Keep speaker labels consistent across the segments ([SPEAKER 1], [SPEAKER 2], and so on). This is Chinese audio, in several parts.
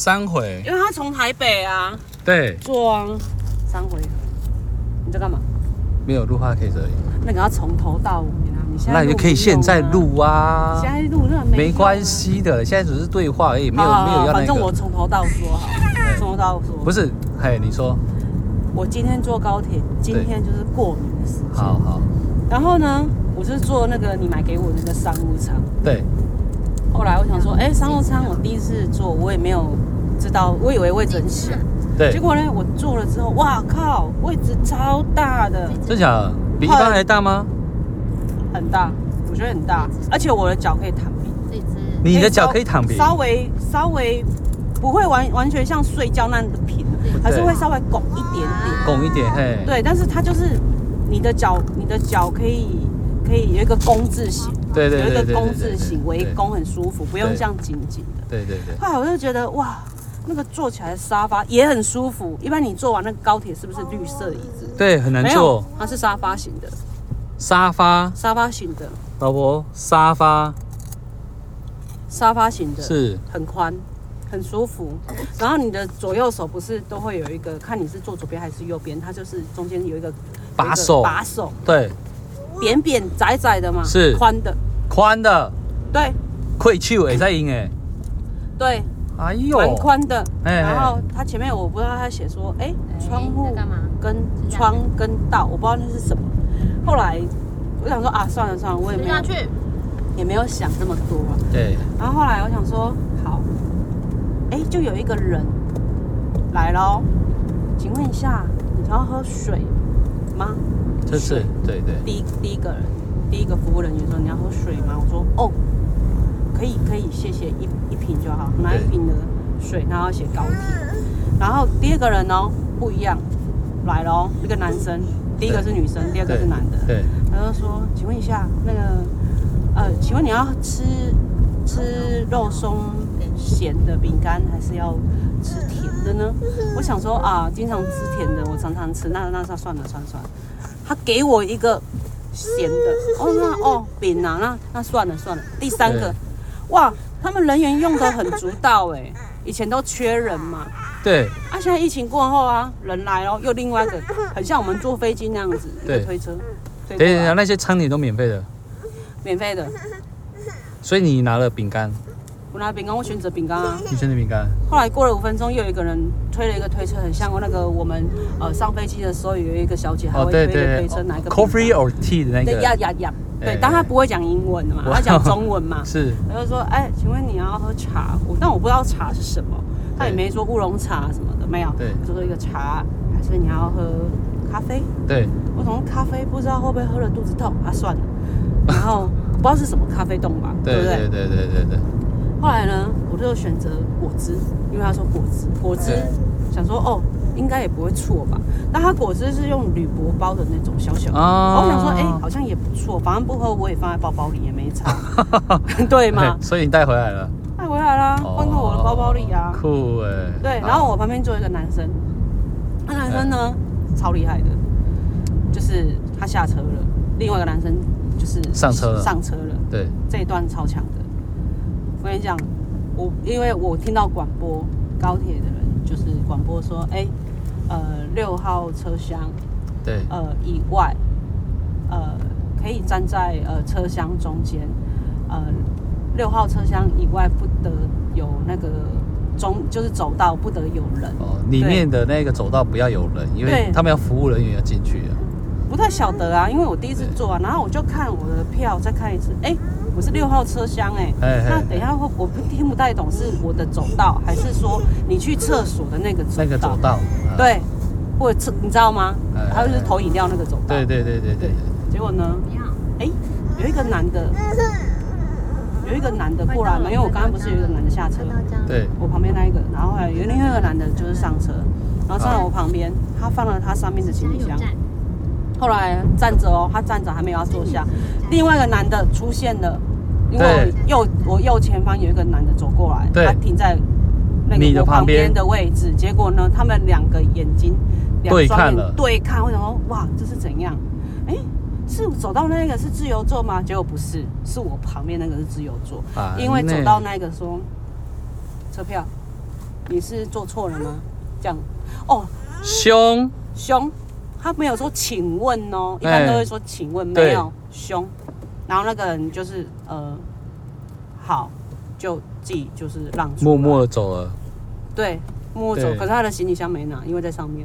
[SPEAKER 1] 三回，
[SPEAKER 2] 因为他从台北啊，
[SPEAKER 1] 对，
[SPEAKER 2] 装三回，你在干嘛？
[SPEAKER 1] 没有录话可以这里，
[SPEAKER 2] 那个要从头到尾啊，你现在
[SPEAKER 1] 那
[SPEAKER 2] 录
[SPEAKER 1] 你就可以现在
[SPEAKER 2] 没
[SPEAKER 1] 录
[SPEAKER 2] 用啊，
[SPEAKER 1] 啊
[SPEAKER 2] 现，在录那没用啊
[SPEAKER 1] 没关，系的，现在只是对话而已，没有
[SPEAKER 2] 好好
[SPEAKER 1] 没
[SPEAKER 2] 好
[SPEAKER 1] 有要那
[SPEAKER 2] 反正我
[SPEAKER 1] 个，
[SPEAKER 2] 从头到说好， 从头到说。
[SPEAKER 1] 不
[SPEAKER 2] 是，
[SPEAKER 1] 是，嘿，你说，
[SPEAKER 2] 我今天坐高铁，今天就是过年的事情。
[SPEAKER 1] 好好，
[SPEAKER 2] 然后呢，我是坐那个你买给我那个商务舱。
[SPEAKER 1] 对，
[SPEAKER 2] 后来我想说，哎，商务舱我第一次坐，我也没有知道，我以为位置很小，结
[SPEAKER 1] 对，
[SPEAKER 2] 果呢，我坐了之后，哇靠，位置超大的。
[SPEAKER 1] 真假的，比一般还大吗？
[SPEAKER 2] 很大，我觉得很大，而且我的脚可以躺平，
[SPEAKER 3] 这只
[SPEAKER 1] 你的
[SPEAKER 2] 稍
[SPEAKER 1] 脚可以躺平，
[SPEAKER 2] 稍微稍微不会完完全像睡觉那样的平，还是会稍微拱一点点。
[SPEAKER 1] 拱一点，嘿，
[SPEAKER 2] 对，但是它就是你的脚，你的脚可以可以有一个弓字形，
[SPEAKER 1] 对对
[SPEAKER 2] 有
[SPEAKER 1] 对
[SPEAKER 2] 一
[SPEAKER 1] 对
[SPEAKER 2] 个
[SPEAKER 1] 对，
[SPEAKER 2] 弓字形，
[SPEAKER 1] 对
[SPEAKER 2] 围，弓很舒服，不用
[SPEAKER 1] 对
[SPEAKER 2] 这样紧紧的。
[SPEAKER 1] 对对对，
[SPEAKER 2] 后来我就觉得哇，那个坐起来的沙发也很舒服。一般你坐完那个高铁是不是绿色椅子？
[SPEAKER 1] 对，很难
[SPEAKER 2] 没有
[SPEAKER 1] 做，，
[SPEAKER 2] 它是沙发型的，
[SPEAKER 1] 沙发，
[SPEAKER 2] 沙发型的，
[SPEAKER 1] 老婆，沙发
[SPEAKER 2] 沙发型的。
[SPEAKER 1] 是，
[SPEAKER 2] 很宽，很舒服。然后你的左右手不是都会有一个，看你是坐左边还是右边，它就是中间有一个
[SPEAKER 1] 把
[SPEAKER 2] 有一个
[SPEAKER 1] 手
[SPEAKER 2] 把手
[SPEAKER 1] 对，
[SPEAKER 2] 扁扁窄窄的嘛，
[SPEAKER 1] 是
[SPEAKER 2] 宽的，
[SPEAKER 1] 宽的，
[SPEAKER 2] 对
[SPEAKER 1] 愧疚也在赢哎，
[SPEAKER 2] 对，
[SPEAKER 1] 哎呦，
[SPEAKER 2] 蛮宽的。
[SPEAKER 1] 哎，
[SPEAKER 2] 然
[SPEAKER 1] 哎
[SPEAKER 2] 后它前面我不知道它写说，哎，窗
[SPEAKER 3] 你
[SPEAKER 2] 户
[SPEAKER 3] 在干嘛？
[SPEAKER 2] 跟
[SPEAKER 3] 是这样
[SPEAKER 2] 窗跟道，我不知道那是什么。后来我想说啊，算了算了，我也
[SPEAKER 3] 吃
[SPEAKER 2] 没
[SPEAKER 3] 下
[SPEAKER 2] 有
[SPEAKER 3] 去，
[SPEAKER 2] 也没有想这么多、啊。
[SPEAKER 1] 对，
[SPEAKER 2] 然后后来我想说，好，哎，就有一个人来喽，请问一下，你要喝水吗？
[SPEAKER 1] 这是，对对，
[SPEAKER 2] 第一第一个人，第一个服务人员说你要喝水吗？我说哦，可以可以，谢谢，一一瓶就好，拿一瓶的水，然后写高铁。然后第二个人哦，不一样，来喽，那个男生，第一个是女生，第二个是男的，
[SPEAKER 1] 对，
[SPEAKER 2] 他就说：“请问一下，那个，呃，请问你要吃吃肉松咸的饼干，还是要吃甜的呢？”我想说啊，经常吃甜的，我常常吃，那那那算了算了算了。他给我一个咸的，哦那哦饼啊，那那算了算了。第三个
[SPEAKER 1] 对，
[SPEAKER 2] 哇，他们人员用的很足到哎、以前都缺人嘛，
[SPEAKER 1] 对
[SPEAKER 2] 啊，现在疫情过后啊，人来哦，又另外一个，很像我们坐飞机那样子，一个
[SPEAKER 1] 对
[SPEAKER 2] 推车。推
[SPEAKER 1] 对，等
[SPEAKER 2] 过来
[SPEAKER 1] 一下那些餐点都免费的，
[SPEAKER 2] 免费的，
[SPEAKER 1] 所以你拿了饼干，
[SPEAKER 2] 我拿饼干，我选择饼干啊。
[SPEAKER 1] 你选的饼干，
[SPEAKER 2] 后来过了五分钟，又有一个人推了一个推车，很像那个我们呃上飞机的时候有一个小姐还
[SPEAKER 1] 哦
[SPEAKER 2] 会推
[SPEAKER 1] 对
[SPEAKER 2] 一个
[SPEAKER 1] 对
[SPEAKER 2] 推车，拿一个饼干
[SPEAKER 1] coffee or tea 的那
[SPEAKER 2] 对呀
[SPEAKER 1] 个，
[SPEAKER 2] 呀呀，对
[SPEAKER 1] 哎，
[SPEAKER 2] 但她不会讲英文的嘛，
[SPEAKER 1] 哇
[SPEAKER 2] 她讲中文嘛。
[SPEAKER 1] 是，
[SPEAKER 2] 她就说：“哎，请问你要喝茶？我但我不知道茶是什么，她也
[SPEAKER 1] 对
[SPEAKER 2] 没说乌龙茶什么的，没有。
[SPEAKER 1] 对
[SPEAKER 2] 她就说一个茶，还是你要喝咖啡？
[SPEAKER 1] 对，
[SPEAKER 2] 我从咖啡不知道会不会喝了肚子痛啊，算了。然后不知道是什么咖啡冻吧，
[SPEAKER 1] 对
[SPEAKER 2] 不对？
[SPEAKER 1] 对对对对对，
[SPEAKER 2] 后来呢，我就选择果汁，因为他说果汁，果汁
[SPEAKER 1] 对
[SPEAKER 2] 想说哦，应该也不会错吧？但它果汁是用铝箔包的那种小小的，
[SPEAKER 1] 啊
[SPEAKER 2] 我想说哎、好像也不错，反正不喝我也放在包包里也没 差，对吗
[SPEAKER 1] 对？ 哦所以你带回来了，
[SPEAKER 2] 带回来啦，放到我的包包里啊。
[SPEAKER 1] 酷哎，
[SPEAKER 2] 对，然后我旁边坐一个男生，那男生
[SPEAKER 1] 哎
[SPEAKER 2] 呢、超厉害的，就是他下车了，另外一个男生就是
[SPEAKER 1] 上车了
[SPEAKER 2] 上车了。
[SPEAKER 1] 对
[SPEAKER 2] 这一段超强的。我跟你讲，我因为我听到广播，高铁的人就是广播说，哎、呃，六号车厢
[SPEAKER 1] 对
[SPEAKER 2] 呃以外，呃，可以站在呃车厢中间，呃，六号车厢以外不得有那个中，就是走道不得有人。
[SPEAKER 1] 哦，里面的那个走道不要有人，因为
[SPEAKER 2] 对
[SPEAKER 1] 他们要服务人员要进去啊，
[SPEAKER 2] 不太晓得啊，因为我第一次坐啊，然后我就看我的票，再看一次，哎、我是六号车厢、哎。
[SPEAKER 1] 哎
[SPEAKER 2] 那
[SPEAKER 1] 哎，
[SPEAKER 2] 等一下，我我不听不太懂，是我的走道，还是说你去厕所的那个走道？
[SPEAKER 1] 那个走道，啊，
[SPEAKER 2] 对，或者厕，你知道吗
[SPEAKER 1] 哎哎？
[SPEAKER 2] 还有就是投饮料那个走道。
[SPEAKER 1] 对对对对对，
[SPEAKER 2] 结果呢，
[SPEAKER 3] 不要，
[SPEAKER 2] 有一个男的，有一个男的过来嘛，因为我刚刚不是有一个男的下车
[SPEAKER 3] 看，到这样，
[SPEAKER 1] 对
[SPEAKER 2] 我旁边那一个，然后后来有另外一个男的就是上车，然后上来我旁边，他放了他上面的行
[SPEAKER 3] 加
[SPEAKER 2] 李
[SPEAKER 3] 油
[SPEAKER 2] 箱，
[SPEAKER 3] 站，
[SPEAKER 2] 后来站着哦，他站着还没有要坐下，另外一个男的出现了，因为
[SPEAKER 1] 对
[SPEAKER 2] 我右我右前方有一个男的走过来，
[SPEAKER 1] 对
[SPEAKER 2] 他停在那
[SPEAKER 1] 你的
[SPEAKER 2] 个我
[SPEAKER 1] 旁
[SPEAKER 2] 旁
[SPEAKER 1] 边
[SPEAKER 2] 边的位置，结果呢，他们两个眼睛两
[SPEAKER 1] 对
[SPEAKER 2] 双眼
[SPEAKER 1] 看了
[SPEAKER 2] 对看，我想说哇，这是怎样？哎，是走到那个是自由座吗？结果不是，是我旁边那个是自由座，
[SPEAKER 1] 啊
[SPEAKER 2] 因为走
[SPEAKER 1] 那
[SPEAKER 2] 到那个说车票你是做错了吗？这样，哦，
[SPEAKER 1] 凶，
[SPEAKER 2] 兄，他没有说请问哦，一
[SPEAKER 1] 哎
[SPEAKER 2] 般都会说请问，
[SPEAKER 1] 对
[SPEAKER 2] 没有兄。然后那个人就是呃，好，就自己就是让出来
[SPEAKER 1] 默默的走了。
[SPEAKER 2] 对默默走，
[SPEAKER 1] 对
[SPEAKER 2] 可是他的行李箱没拿，因为在上面，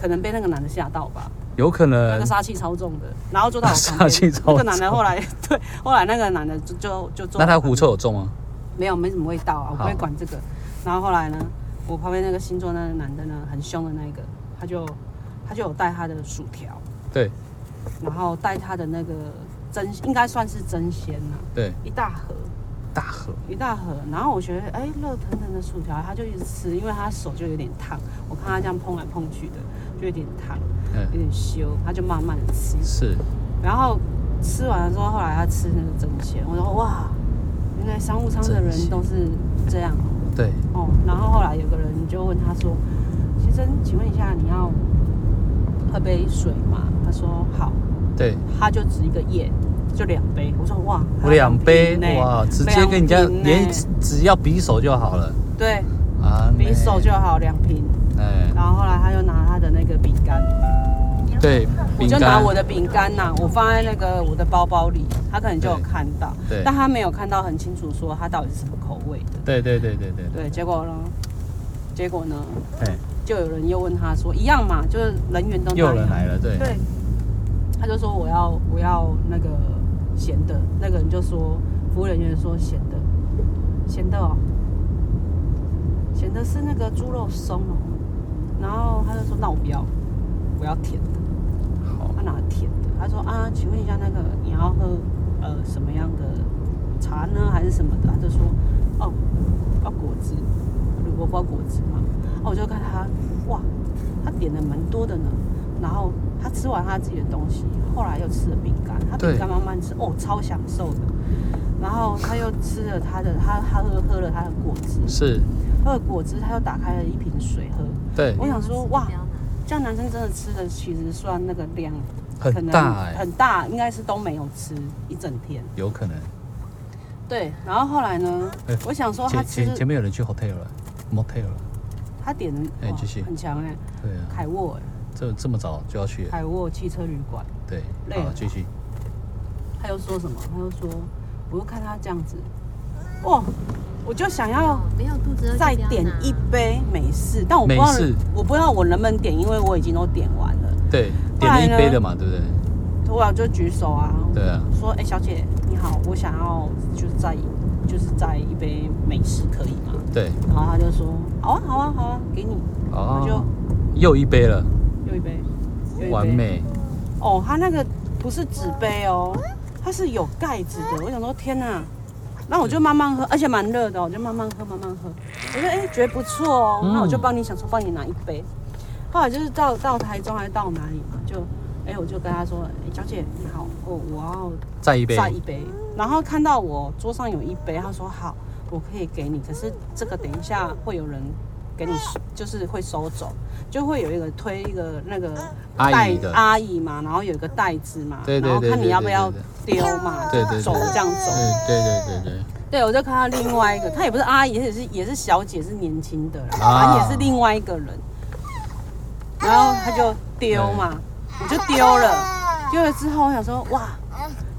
[SPEAKER 2] 可能被那个男的吓到吧。
[SPEAKER 1] 有可
[SPEAKER 2] 那
[SPEAKER 1] 能
[SPEAKER 2] 个杀气超重的，然后坐 到我
[SPEAKER 1] 嗯
[SPEAKER 2] 旁
[SPEAKER 1] 杀
[SPEAKER 2] 边。
[SPEAKER 1] 气超重
[SPEAKER 2] 那个男的后来 对，后来那个男的就就就坐。
[SPEAKER 1] 那他狐臭有啊重吗？
[SPEAKER 2] 没有没什么味道啊，我不会
[SPEAKER 1] 好
[SPEAKER 2] 管这个。然后后来呢，我旁边那个星座那个男的呢，很凶的那一个，他就他就有带他的薯条，
[SPEAKER 1] 对
[SPEAKER 2] 然后带他的那个真应该算是真鲜呐、
[SPEAKER 1] 对，
[SPEAKER 2] 一大盒
[SPEAKER 1] 大河
[SPEAKER 2] 一大盒。然后我觉得哎，热腾腾的薯条，他就一直吃，因为他手就有点烫，我看他这样碰来碰去的，就有点烫，有
[SPEAKER 1] 嗯
[SPEAKER 2] 点羞，他就慢慢的吃。
[SPEAKER 1] 是
[SPEAKER 2] 然后吃完了之后，后来他吃那个蒸鲜，我说哇，原来商务舱的人
[SPEAKER 1] 蒸鲜
[SPEAKER 2] 都是这样
[SPEAKER 1] 对
[SPEAKER 2] 哦。然后后来有个人就问他说：“先生，请问一下，你要喝杯水吗？”他说：“好。
[SPEAKER 1] 对，”
[SPEAKER 2] 他就指一个叶，就两杯。我说：“哇，还
[SPEAKER 1] 我
[SPEAKER 2] 有
[SPEAKER 1] 两杯
[SPEAKER 2] 瓶呢
[SPEAKER 1] 哇，直接跟人家
[SPEAKER 2] 两瓶呢
[SPEAKER 1] 连只要匕首就好了
[SPEAKER 2] 对
[SPEAKER 1] 啊，
[SPEAKER 2] 匕首就好两瓶。”
[SPEAKER 1] 哎
[SPEAKER 2] 然后后来他就拿他的那个饼干，
[SPEAKER 1] 对，
[SPEAKER 2] 我
[SPEAKER 1] 饼
[SPEAKER 2] 就拿
[SPEAKER 1] 干
[SPEAKER 2] 我的饼干呐、我放在那个我的包包里，他可能就有
[SPEAKER 1] 对
[SPEAKER 2] 看到。
[SPEAKER 1] 对
[SPEAKER 2] 但他没有看到很清楚说它到底是什么口味的。
[SPEAKER 1] 对对对对对对，
[SPEAKER 2] 对，结果呢？结果呢？
[SPEAKER 1] 哎，
[SPEAKER 2] 就有人又问他说，一样嘛，就是人员都
[SPEAKER 1] 又
[SPEAKER 2] 那
[SPEAKER 1] 有人
[SPEAKER 2] 样
[SPEAKER 1] 来了，对
[SPEAKER 2] 对，他就说我要我要那个咸的，那个人就说服务人员说咸的，咸的哦，咸的是那个猪肉松哦，然后他就说那我不要，我要甜的。
[SPEAKER 1] 好
[SPEAKER 2] 他拿甜的，他说啊，请问一下那个你要喝呃什么样的茶呢，还是什么的？他就说哦，要果汁，铝箔包果汁嘛。哦，我就看他，哇，他点了蛮多的呢。然后他吃完他自己的东西，后来又吃了饼干，他饼
[SPEAKER 1] 对
[SPEAKER 2] 干慢慢吃，哦，超享受的。然后他又吃了他的，他他喝喝了他的果汁，
[SPEAKER 1] 是，
[SPEAKER 2] 喝了果汁，他又打开了一瓶水喝。
[SPEAKER 1] 对
[SPEAKER 2] 我想说哇
[SPEAKER 3] 不要拿
[SPEAKER 2] 这样男生真的吃的其实算那个量可
[SPEAKER 1] 很
[SPEAKER 2] 能
[SPEAKER 1] 大哎，
[SPEAKER 2] 很大，应该是都没有吃一整天。
[SPEAKER 1] 有可能
[SPEAKER 2] 对，然后后来呢
[SPEAKER 1] 哎，
[SPEAKER 2] 我想说他
[SPEAKER 1] 前
[SPEAKER 2] 吃
[SPEAKER 1] 前前面有人去 hotel 了，motel 了，
[SPEAKER 2] 他点的
[SPEAKER 1] 哎
[SPEAKER 2] 哇
[SPEAKER 1] 继续
[SPEAKER 2] 很强哎，
[SPEAKER 1] 对啊，
[SPEAKER 2] 凯沃哎，
[SPEAKER 1] 这这么早就要去了，
[SPEAKER 2] 凯沃汽车旅馆，
[SPEAKER 1] 对，
[SPEAKER 2] 累
[SPEAKER 1] 好
[SPEAKER 2] 了
[SPEAKER 1] 继续，
[SPEAKER 2] 他又说什么？他又说，我又看他这样子，哇，我就想要
[SPEAKER 3] 哦没有肚子饿就
[SPEAKER 2] 再
[SPEAKER 3] 不要
[SPEAKER 2] 点
[SPEAKER 3] 拿
[SPEAKER 2] 一杯美式，但我不
[SPEAKER 1] 美
[SPEAKER 2] 知道
[SPEAKER 1] 式
[SPEAKER 2] 我不知道我能不能点，因为我已经都点完了。
[SPEAKER 1] 对，
[SPEAKER 2] 后
[SPEAKER 1] 点了
[SPEAKER 2] 来
[SPEAKER 1] 一
[SPEAKER 2] 呢
[SPEAKER 1] 杯的嘛，对不对？
[SPEAKER 2] 我就举手啊，
[SPEAKER 1] 对啊，
[SPEAKER 2] 说：“哎、小姐你好，我想要就是再就是再一杯美式可以吗
[SPEAKER 1] 对，？”
[SPEAKER 2] 然后他就说：“好啊，好啊，好啊，给你。”然后就
[SPEAKER 1] 哦，又一杯了，
[SPEAKER 2] 又一杯，又一杯
[SPEAKER 1] 完。美，
[SPEAKER 2] 哦，它那个不是纸杯哦，它是有盖子的。我想说，天哪！那我就慢慢喝，而且蛮热的哦，我就慢慢喝，慢慢喝。我觉得哎、觉得不错哦，
[SPEAKER 1] 嗯
[SPEAKER 2] 那我就帮你想说帮你拿一杯。后来就是到到台中还是到哪里嘛，就哎、我就跟他说，哎、小姐你好，哦我我要
[SPEAKER 1] 再一杯，
[SPEAKER 2] 再一杯。然后看到我桌上有一杯，他说好，我可以给你，可是这个等一下会有人给你收，就是会收走，就会有一个推一个那个
[SPEAKER 1] 阿姨的
[SPEAKER 2] 阿姨嘛，然后有一个袋子嘛，
[SPEAKER 1] 对对对
[SPEAKER 2] 然后看你要不要
[SPEAKER 1] 对
[SPEAKER 2] 丢嘛，
[SPEAKER 1] 对对对
[SPEAKER 2] 走这样走。
[SPEAKER 1] 对对对对
[SPEAKER 2] 对，我就看到另外一个，她也不是阿姨，也是也是小姐，是年轻的啦，
[SPEAKER 1] 啊
[SPEAKER 2] 她也是另外一个人。然后她就丢嘛，我就丢了，丢了之后我想说，哇，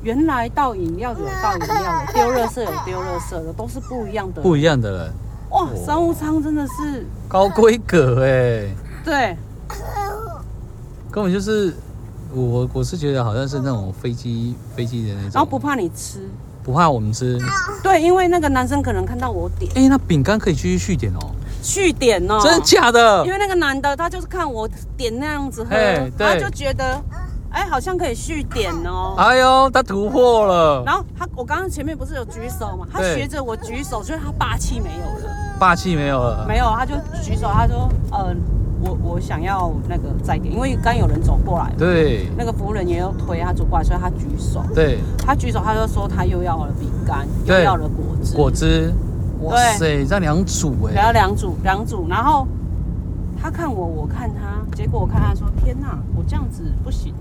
[SPEAKER 2] 原来倒饮料的有倒饮料的，丢垃圾有丢垃圾的，都是不一样的
[SPEAKER 1] 对，。不一样的人，
[SPEAKER 2] 哇，商务舱真的是
[SPEAKER 1] 高规格哎，
[SPEAKER 2] 对
[SPEAKER 1] 根本就是我我是觉得好像是那种飞机飞机的那种，
[SPEAKER 2] 然后不怕你吃，
[SPEAKER 1] 不怕我们吃，
[SPEAKER 2] 对，因为那个男生可能看到我点
[SPEAKER 1] 哎，那饼干可以继续续点哦，
[SPEAKER 2] 续点哦，
[SPEAKER 1] 真的假的
[SPEAKER 2] 因？为那个男的他就是看我点那样子喝
[SPEAKER 1] 哎，对
[SPEAKER 2] 他就觉得，哎，好像可以续点哦。
[SPEAKER 1] 哎呦，他突破了，
[SPEAKER 2] 然后他，我刚刚前面不是有举手嘛？他
[SPEAKER 1] 对
[SPEAKER 2] 学着我举手，就是他霸气没有了，
[SPEAKER 1] 霸气没有了，
[SPEAKER 2] 没有，啊他就举手，他说，呃，我我想要那个再点，因为刚有人走过来，
[SPEAKER 1] 对
[SPEAKER 2] 那个服务人员又推他走过来，所以他举手，
[SPEAKER 1] 对，
[SPEAKER 2] 他举手，他就说他又要了饼干，又
[SPEAKER 1] 对
[SPEAKER 2] 要了果汁，
[SPEAKER 1] 果汁，哇塞，这样两组
[SPEAKER 2] 然后
[SPEAKER 1] 哎，
[SPEAKER 2] 两组两组，然后他看我，我看他，结果我看他说，天哪，我这样子不行，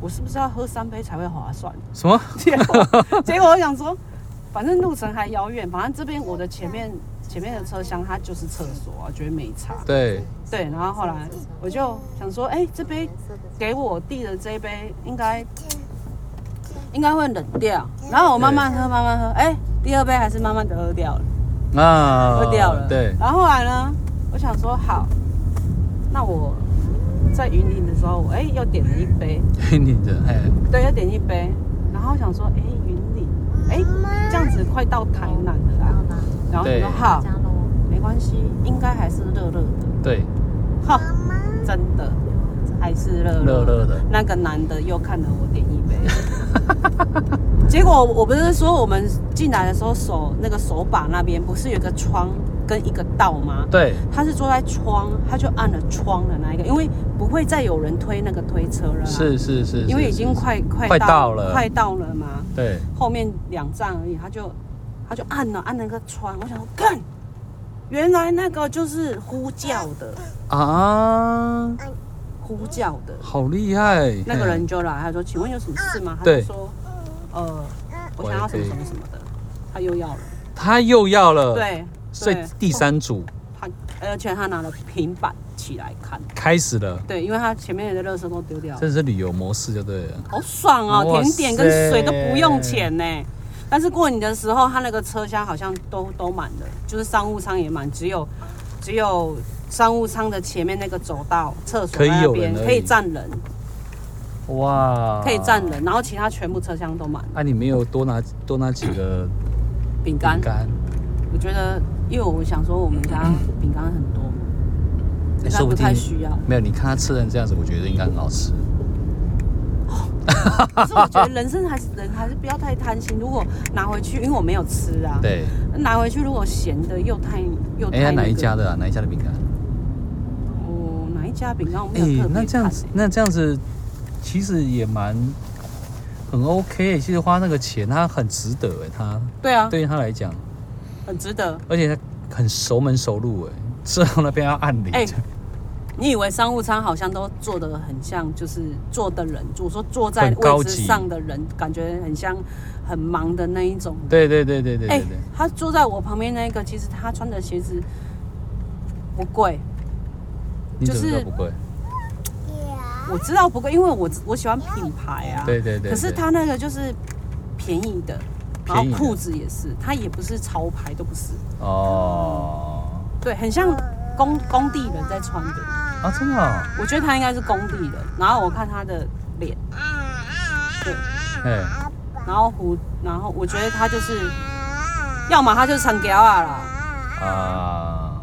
[SPEAKER 2] 我是不是要喝三杯才会划算？
[SPEAKER 1] 什么？
[SPEAKER 2] 结果结果我想说，反正路程还遥远，反正这边我的前面前面的车厢它就是厕所啊，觉得没差。
[SPEAKER 1] 对，
[SPEAKER 2] 对，然后后来我就想说，哎、这杯给我弟的这一杯应该应该会冷掉，然后我慢慢喝，慢慢喝，哎、第二杯还是慢慢的喝掉了，
[SPEAKER 1] 啊，
[SPEAKER 2] 喝掉了。
[SPEAKER 1] 对，
[SPEAKER 2] 然后后来呢，我想说好，那我在云林的时候，我哎、又点了一杯，
[SPEAKER 1] 黑领的，哎，
[SPEAKER 2] 对，又点一杯，然后想说，哎、云林，哎、这样子快到台南了啦，然后我说
[SPEAKER 1] 对
[SPEAKER 2] 好，没关系，应该还是热热的，
[SPEAKER 1] 对，
[SPEAKER 2] 哈，真的。还是热
[SPEAKER 1] 热
[SPEAKER 2] 热
[SPEAKER 1] 热的，
[SPEAKER 2] 那个男的又看了我点一杯， 结果我不是说我们进来的时候手那个手把那边不是有一个窗跟一个道吗？
[SPEAKER 1] 对，
[SPEAKER 2] 他是坐在窗，他就按了窗的那一个，因为不会再有人推那个推车了啦，
[SPEAKER 1] 是是是，
[SPEAKER 2] 因为已
[SPEAKER 1] 是是
[SPEAKER 2] 经快快
[SPEAKER 1] 快到了
[SPEAKER 2] 快到了嘛，
[SPEAKER 1] 对，
[SPEAKER 2] 后面两站而已，他就他就按了按那个窗，我想说看，原来那个就是呼叫的，
[SPEAKER 1] 啊，
[SPEAKER 2] 呼叫的，
[SPEAKER 1] 好厉害！
[SPEAKER 2] 那个人就来，他说：“请问有什么事吗？”他就
[SPEAKER 1] 对
[SPEAKER 2] 说：“呃，我想要什么什么什么的。”他又要了，
[SPEAKER 1] 嘿他又要了，，
[SPEAKER 2] 对，
[SPEAKER 1] 呃所以
[SPEAKER 2] 对
[SPEAKER 1] 第三组
[SPEAKER 2] 他而且他拿了平板起来看，
[SPEAKER 1] 开始了，
[SPEAKER 2] 对，因为他前面的热圾都丢掉了，
[SPEAKER 1] 这是旅游模式就对了。
[SPEAKER 2] 好爽哦，
[SPEAKER 1] 哇
[SPEAKER 2] 甜点跟水都不用钱呢。但是过年的时候，他那个车厢好像都都满了，就是商务舱也满，只有只有商务舱的前面那个走道厕所
[SPEAKER 1] 可以
[SPEAKER 2] 那
[SPEAKER 1] 有
[SPEAKER 2] 边
[SPEAKER 1] 人而已啊
[SPEAKER 2] 可以站人，
[SPEAKER 1] 哇，
[SPEAKER 2] 可以站。人，然后其他全部车厢都满了，
[SPEAKER 1] 啊，你没有多拿多拿几个
[SPEAKER 2] 饼干
[SPEAKER 1] 饼。干？
[SPEAKER 2] 我觉得，因为我想说我们 家饼干很多，应该
[SPEAKER 1] 哎说
[SPEAKER 2] 不
[SPEAKER 1] 不定
[SPEAKER 2] 太需要。
[SPEAKER 1] 没有，你看他吃成这样子，我觉得应该很好吃。
[SPEAKER 2] 可是我觉得人生还是人还是不要太贪心。如果拿回去，因为我没有吃啊，
[SPEAKER 1] 对，
[SPEAKER 2] 拿回去如果咸的又太又
[SPEAKER 1] 哎、
[SPEAKER 2] 太、那个
[SPEAKER 1] 哪一家？的、啊？哪一家的饼干？
[SPEAKER 2] 哦，哪一家饼干我没
[SPEAKER 1] 哎、
[SPEAKER 2] 有特别、看欸
[SPEAKER 1] 那这样子，那这样子，其实也蛮很 OK。其实花那个钱，他很值得哎，他
[SPEAKER 2] 对啊，
[SPEAKER 1] 对于他来讲，
[SPEAKER 2] 很值得。
[SPEAKER 1] 而且他很熟门熟路哎，吃到那边要按铃。
[SPEAKER 2] 哎你以为商务舱好像都做的很像，就是坐的人，我说坐在
[SPEAKER 1] 很高
[SPEAKER 2] 位置
[SPEAKER 1] 级
[SPEAKER 2] 上的人，感觉很像很忙的那一种
[SPEAKER 1] 对对对对对
[SPEAKER 2] 哎、
[SPEAKER 1] 对对，
[SPEAKER 2] 他坐在我旁边那个，其实他穿的鞋子不贵，
[SPEAKER 1] 你怎
[SPEAKER 2] 就
[SPEAKER 1] 么
[SPEAKER 2] 是
[SPEAKER 1] 知道不贵？
[SPEAKER 2] 我知道不贵，因为我我喜欢品牌啊。
[SPEAKER 1] 对对对
[SPEAKER 2] 可是
[SPEAKER 1] 对
[SPEAKER 2] 他那个就是便宜的，然后
[SPEAKER 1] 便宜的
[SPEAKER 2] 裤子也是，它也不是潮牌，都不是，
[SPEAKER 1] 哦
[SPEAKER 2] 对，很像工工地人在穿的。
[SPEAKER 1] 啊，真的哦
[SPEAKER 2] 我觉得他应该是工地人，然后我看他的脸，
[SPEAKER 1] 哎、
[SPEAKER 2] 然后胡，然后我觉得他就是，要么他就是长脚啊啦，
[SPEAKER 1] 啊，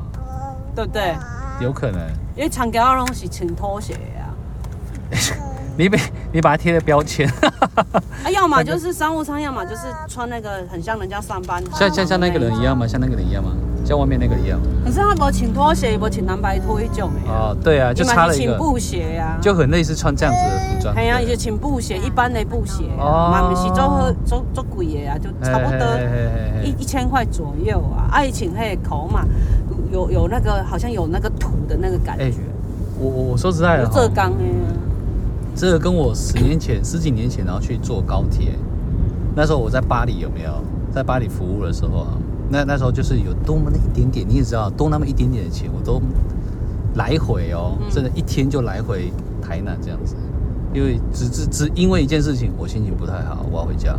[SPEAKER 2] 对不对？
[SPEAKER 1] 有可能。
[SPEAKER 2] 因为长脚啊东西穿拖鞋的啊。
[SPEAKER 1] 你被你把它贴了标 签，
[SPEAKER 2] 啊，要么就是商务舱，要么就是穿那个很像人家上班。
[SPEAKER 1] 像像像那个人一
[SPEAKER 2] 样。
[SPEAKER 1] 样吗？像那个人一样吗？像外面那个一样吗？
[SPEAKER 2] 可是他无穿拖鞋，也无穿蓝白拖迄种的啊，
[SPEAKER 1] 哦，对啊，就
[SPEAKER 2] 伊
[SPEAKER 1] 差
[SPEAKER 2] 嘛
[SPEAKER 1] 了
[SPEAKER 2] 是
[SPEAKER 1] 一
[SPEAKER 2] 穿
[SPEAKER 1] 个，
[SPEAKER 2] 布鞋啊，
[SPEAKER 1] 就很类似穿这样子的服装。
[SPEAKER 2] 系啊，伊
[SPEAKER 1] 对
[SPEAKER 2] 就穿布鞋，一般的布鞋啊，
[SPEAKER 1] 哦
[SPEAKER 2] 嘛毋是做好做做贵的啊，就差不
[SPEAKER 1] 嘿
[SPEAKER 2] 多
[SPEAKER 1] 嘿嘿嘿
[SPEAKER 2] 一
[SPEAKER 1] 嘿
[SPEAKER 2] 一千块左右啊。啊，伊穿迄个口嘛，有有那个好像有那个土的那个感
[SPEAKER 1] 哎
[SPEAKER 2] 觉，
[SPEAKER 1] 我我我说实在的哦
[SPEAKER 2] 有
[SPEAKER 1] 哈，
[SPEAKER 2] 浙江的啊，
[SPEAKER 1] 这个跟我十年前、十几年前，然后去坐高铁，那时候我在巴黎有没有？在巴黎服务的时候啊，那那时候就是有多么那一点点，你也知道，多那么一点点的钱，我都来回哦，
[SPEAKER 2] 嗯
[SPEAKER 1] 真的，一天就来回台南这样子，因为只只只因为一件事情，我心情不太好，我要回家。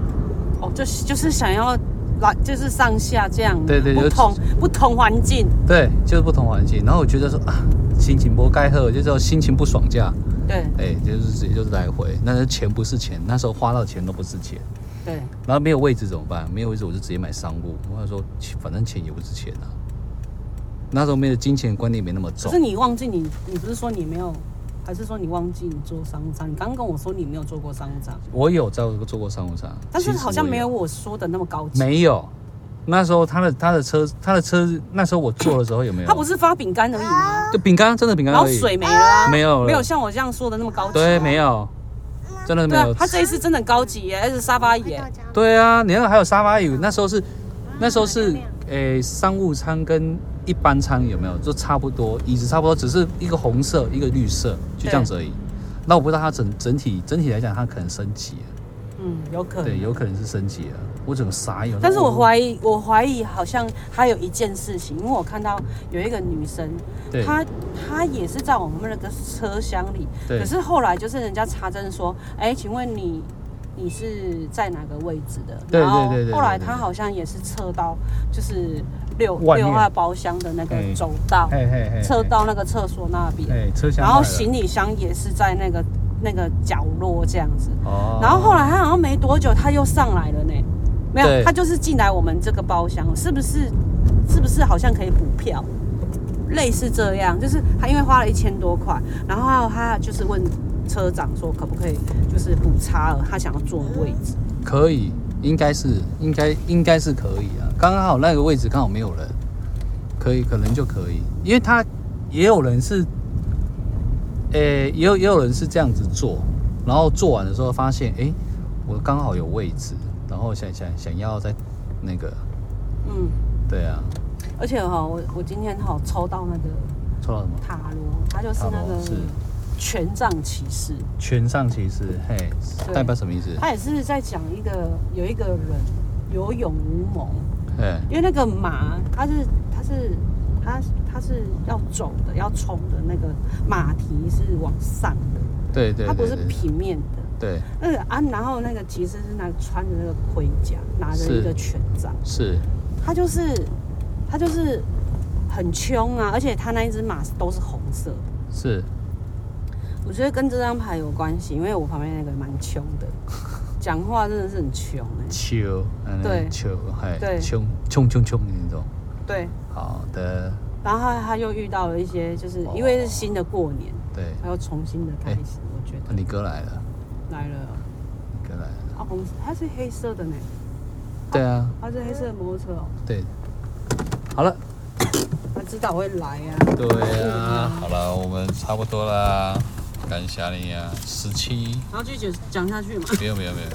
[SPEAKER 2] 哦，就是就是想要来就是上下这样啊，
[SPEAKER 1] 对对
[SPEAKER 2] 不
[SPEAKER 1] 就
[SPEAKER 2] 同不同环境，
[SPEAKER 1] 对，就是不同环境，然后我觉得说啊，心情不该喝，就是心情不爽假，
[SPEAKER 2] 对
[SPEAKER 1] 哎，就是直接就是来回，那钱不是钱，那时候花到钱都不是钱。
[SPEAKER 2] 对，
[SPEAKER 1] 然后没有位置怎么办？没有位置我就直接买商务。我想说，其反正钱也不是钱啊。那时候没有金钱观念没那么
[SPEAKER 2] 可
[SPEAKER 1] 重
[SPEAKER 2] 是，你忘记你，你不是说你没有，还是说你忘记你做商务舱？你刚刚跟我说你没有做过商务舱，
[SPEAKER 1] 我有在做过商务舱，
[SPEAKER 2] 但是
[SPEAKER 1] 其实
[SPEAKER 2] 好像
[SPEAKER 1] 我
[SPEAKER 2] 没有我说的那么高级。
[SPEAKER 1] 没有。那时候他的他的车他的车那时候我坐的时候有没有？
[SPEAKER 2] 他不是发饼干而已吗？
[SPEAKER 1] 就饼干真的饼干
[SPEAKER 2] 然后
[SPEAKER 1] 而已，
[SPEAKER 2] 水没了、啊，
[SPEAKER 1] 没有了
[SPEAKER 2] 没有像我这样说的那么高级、
[SPEAKER 1] 对没。有，真的没
[SPEAKER 2] 对啊
[SPEAKER 1] 有。，
[SPEAKER 2] 他这一次真的很高级耶，而且沙发
[SPEAKER 3] Oh
[SPEAKER 2] 椅耶，
[SPEAKER 1] 对啊，你那个还有沙发椅，那时
[SPEAKER 2] 啊
[SPEAKER 1] 候是那时候是诶、商务舱跟一般舱有没有就差不多，椅子差不多，只是一个红色一个绿色，就这样子而已。那我不知道它整整体整体来讲，它可能升级了，
[SPEAKER 2] 嗯，有可能。
[SPEAKER 1] 对，有可能是升级了。我哦整个傻眼。
[SPEAKER 2] 但是我
[SPEAKER 1] 疑
[SPEAKER 2] 怀疑，我怀疑好像还有一件事情，因为我看到有一个女生，
[SPEAKER 1] 对
[SPEAKER 2] 她她也是在我们那个车厢里，
[SPEAKER 1] 对
[SPEAKER 2] 可是后来就是人家查证说，哎，请问你你是在哪个位置的？
[SPEAKER 1] 对
[SPEAKER 2] 然后
[SPEAKER 1] 对对对
[SPEAKER 2] 后来
[SPEAKER 1] 对对
[SPEAKER 2] 她好像也是测到就是六
[SPEAKER 1] 外面
[SPEAKER 2] 六号包厢的那个
[SPEAKER 1] 哎
[SPEAKER 2] 走道，
[SPEAKER 1] 嘿嘿嘿，
[SPEAKER 2] 测到那个厕所那边，
[SPEAKER 1] 哎车厢
[SPEAKER 2] 然
[SPEAKER 1] 坏
[SPEAKER 2] 后
[SPEAKER 1] 了
[SPEAKER 2] 行李箱也是在那个那个角落这样子。
[SPEAKER 1] 哦，
[SPEAKER 2] 然后后来他好像没多久他又上来了呢，没
[SPEAKER 1] 对
[SPEAKER 2] 有，他就是进来我们这个包厢，是不是？是不是好像可以补票？类似这样，就是他因为花了一千多块，然后他就是问车长说可不可以就是补差额，他想要坐的位置。
[SPEAKER 1] 可以，应该是应该应该是可以啊。刚刚好那个位置刚好没有人，可以可能就可以，因为他也有人是，诶、也有也有人是这样子做，然后做完的时候发现，诶、我刚好有位置，然后想想想要再那个，
[SPEAKER 2] 嗯，
[SPEAKER 1] 对啊，
[SPEAKER 2] 而且哈、我我今天哈、抽到那个
[SPEAKER 1] 抽到什么？
[SPEAKER 2] 塔罗，他就是那
[SPEAKER 1] 塔罗
[SPEAKER 2] 个
[SPEAKER 1] 是
[SPEAKER 2] 权杖骑士，
[SPEAKER 1] 权上骑士，嘿，
[SPEAKER 2] 对
[SPEAKER 1] 代表什么意思？
[SPEAKER 2] 他也是在讲一个有一个人有勇无谋，
[SPEAKER 1] 嘿，
[SPEAKER 2] 因为那个马，它是它是它它是要走的，要冲的那个马蹄是往上的，
[SPEAKER 1] 对对
[SPEAKER 2] 它不
[SPEAKER 1] 对
[SPEAKER 2] 是
[SPEAKER 1] 对
[SPEAKER 2] 平面的。
[SPEAKER 1] 对，
[SPEAKER 2] 那个啊，然后那个骑士是那穿着那个盔甲，拿着
[SPEAKER 1] 是
[SPEAKER 2] 一个权杖，
[SPEAKER 1] 是，
[SPEAKER 2] 他就是他就是很凶啊，而且他那一只马都是红色的。
[SPEAKER 1] 是，
[SPEAKER 2] 我觉得跟这张牌有关系，因为我旁边那个蛮凶的，讲话真的是很凶哎、
[SPEAKER 1] 球，嗯
[SPEAKER 2] 对
[SPEAKER 1] 球，嘿，
[SPEAKER 2] 对
[SPEAKER 1] 冲冲冲冲那种。
[SPEAKER 2] 对，
[SPEAKER 1] 好的，
[SPEAKER 2] 然后他他又遇到了一些，就是因为是新的过年，
[SPEAKER 1] 对，啊
[SPEAKER 2] 他又重新的开始，我觉得
[SPEAKER 1] 你哥来了，
[SPEAKER 2] 来了。
[SPEAKER 1] 你哥来了。
[SPEAKER 2] 啊，红色，它是黑色的呢，
[SPEAKER 1] 对啊，
[SPEAKER 2] 它是黑色的摩托车哦，
[SPEAKER 1] 对。好了，
[SPEAKER 2] 他知道我会来啊。
[SPEAKER 1] 对啊，好了，我们差不多啦，感谢你啊，十七，
[SPEAKER 2] 然后继续讲下去嘛。
[SPEAKER 1] 没有没有没有没有。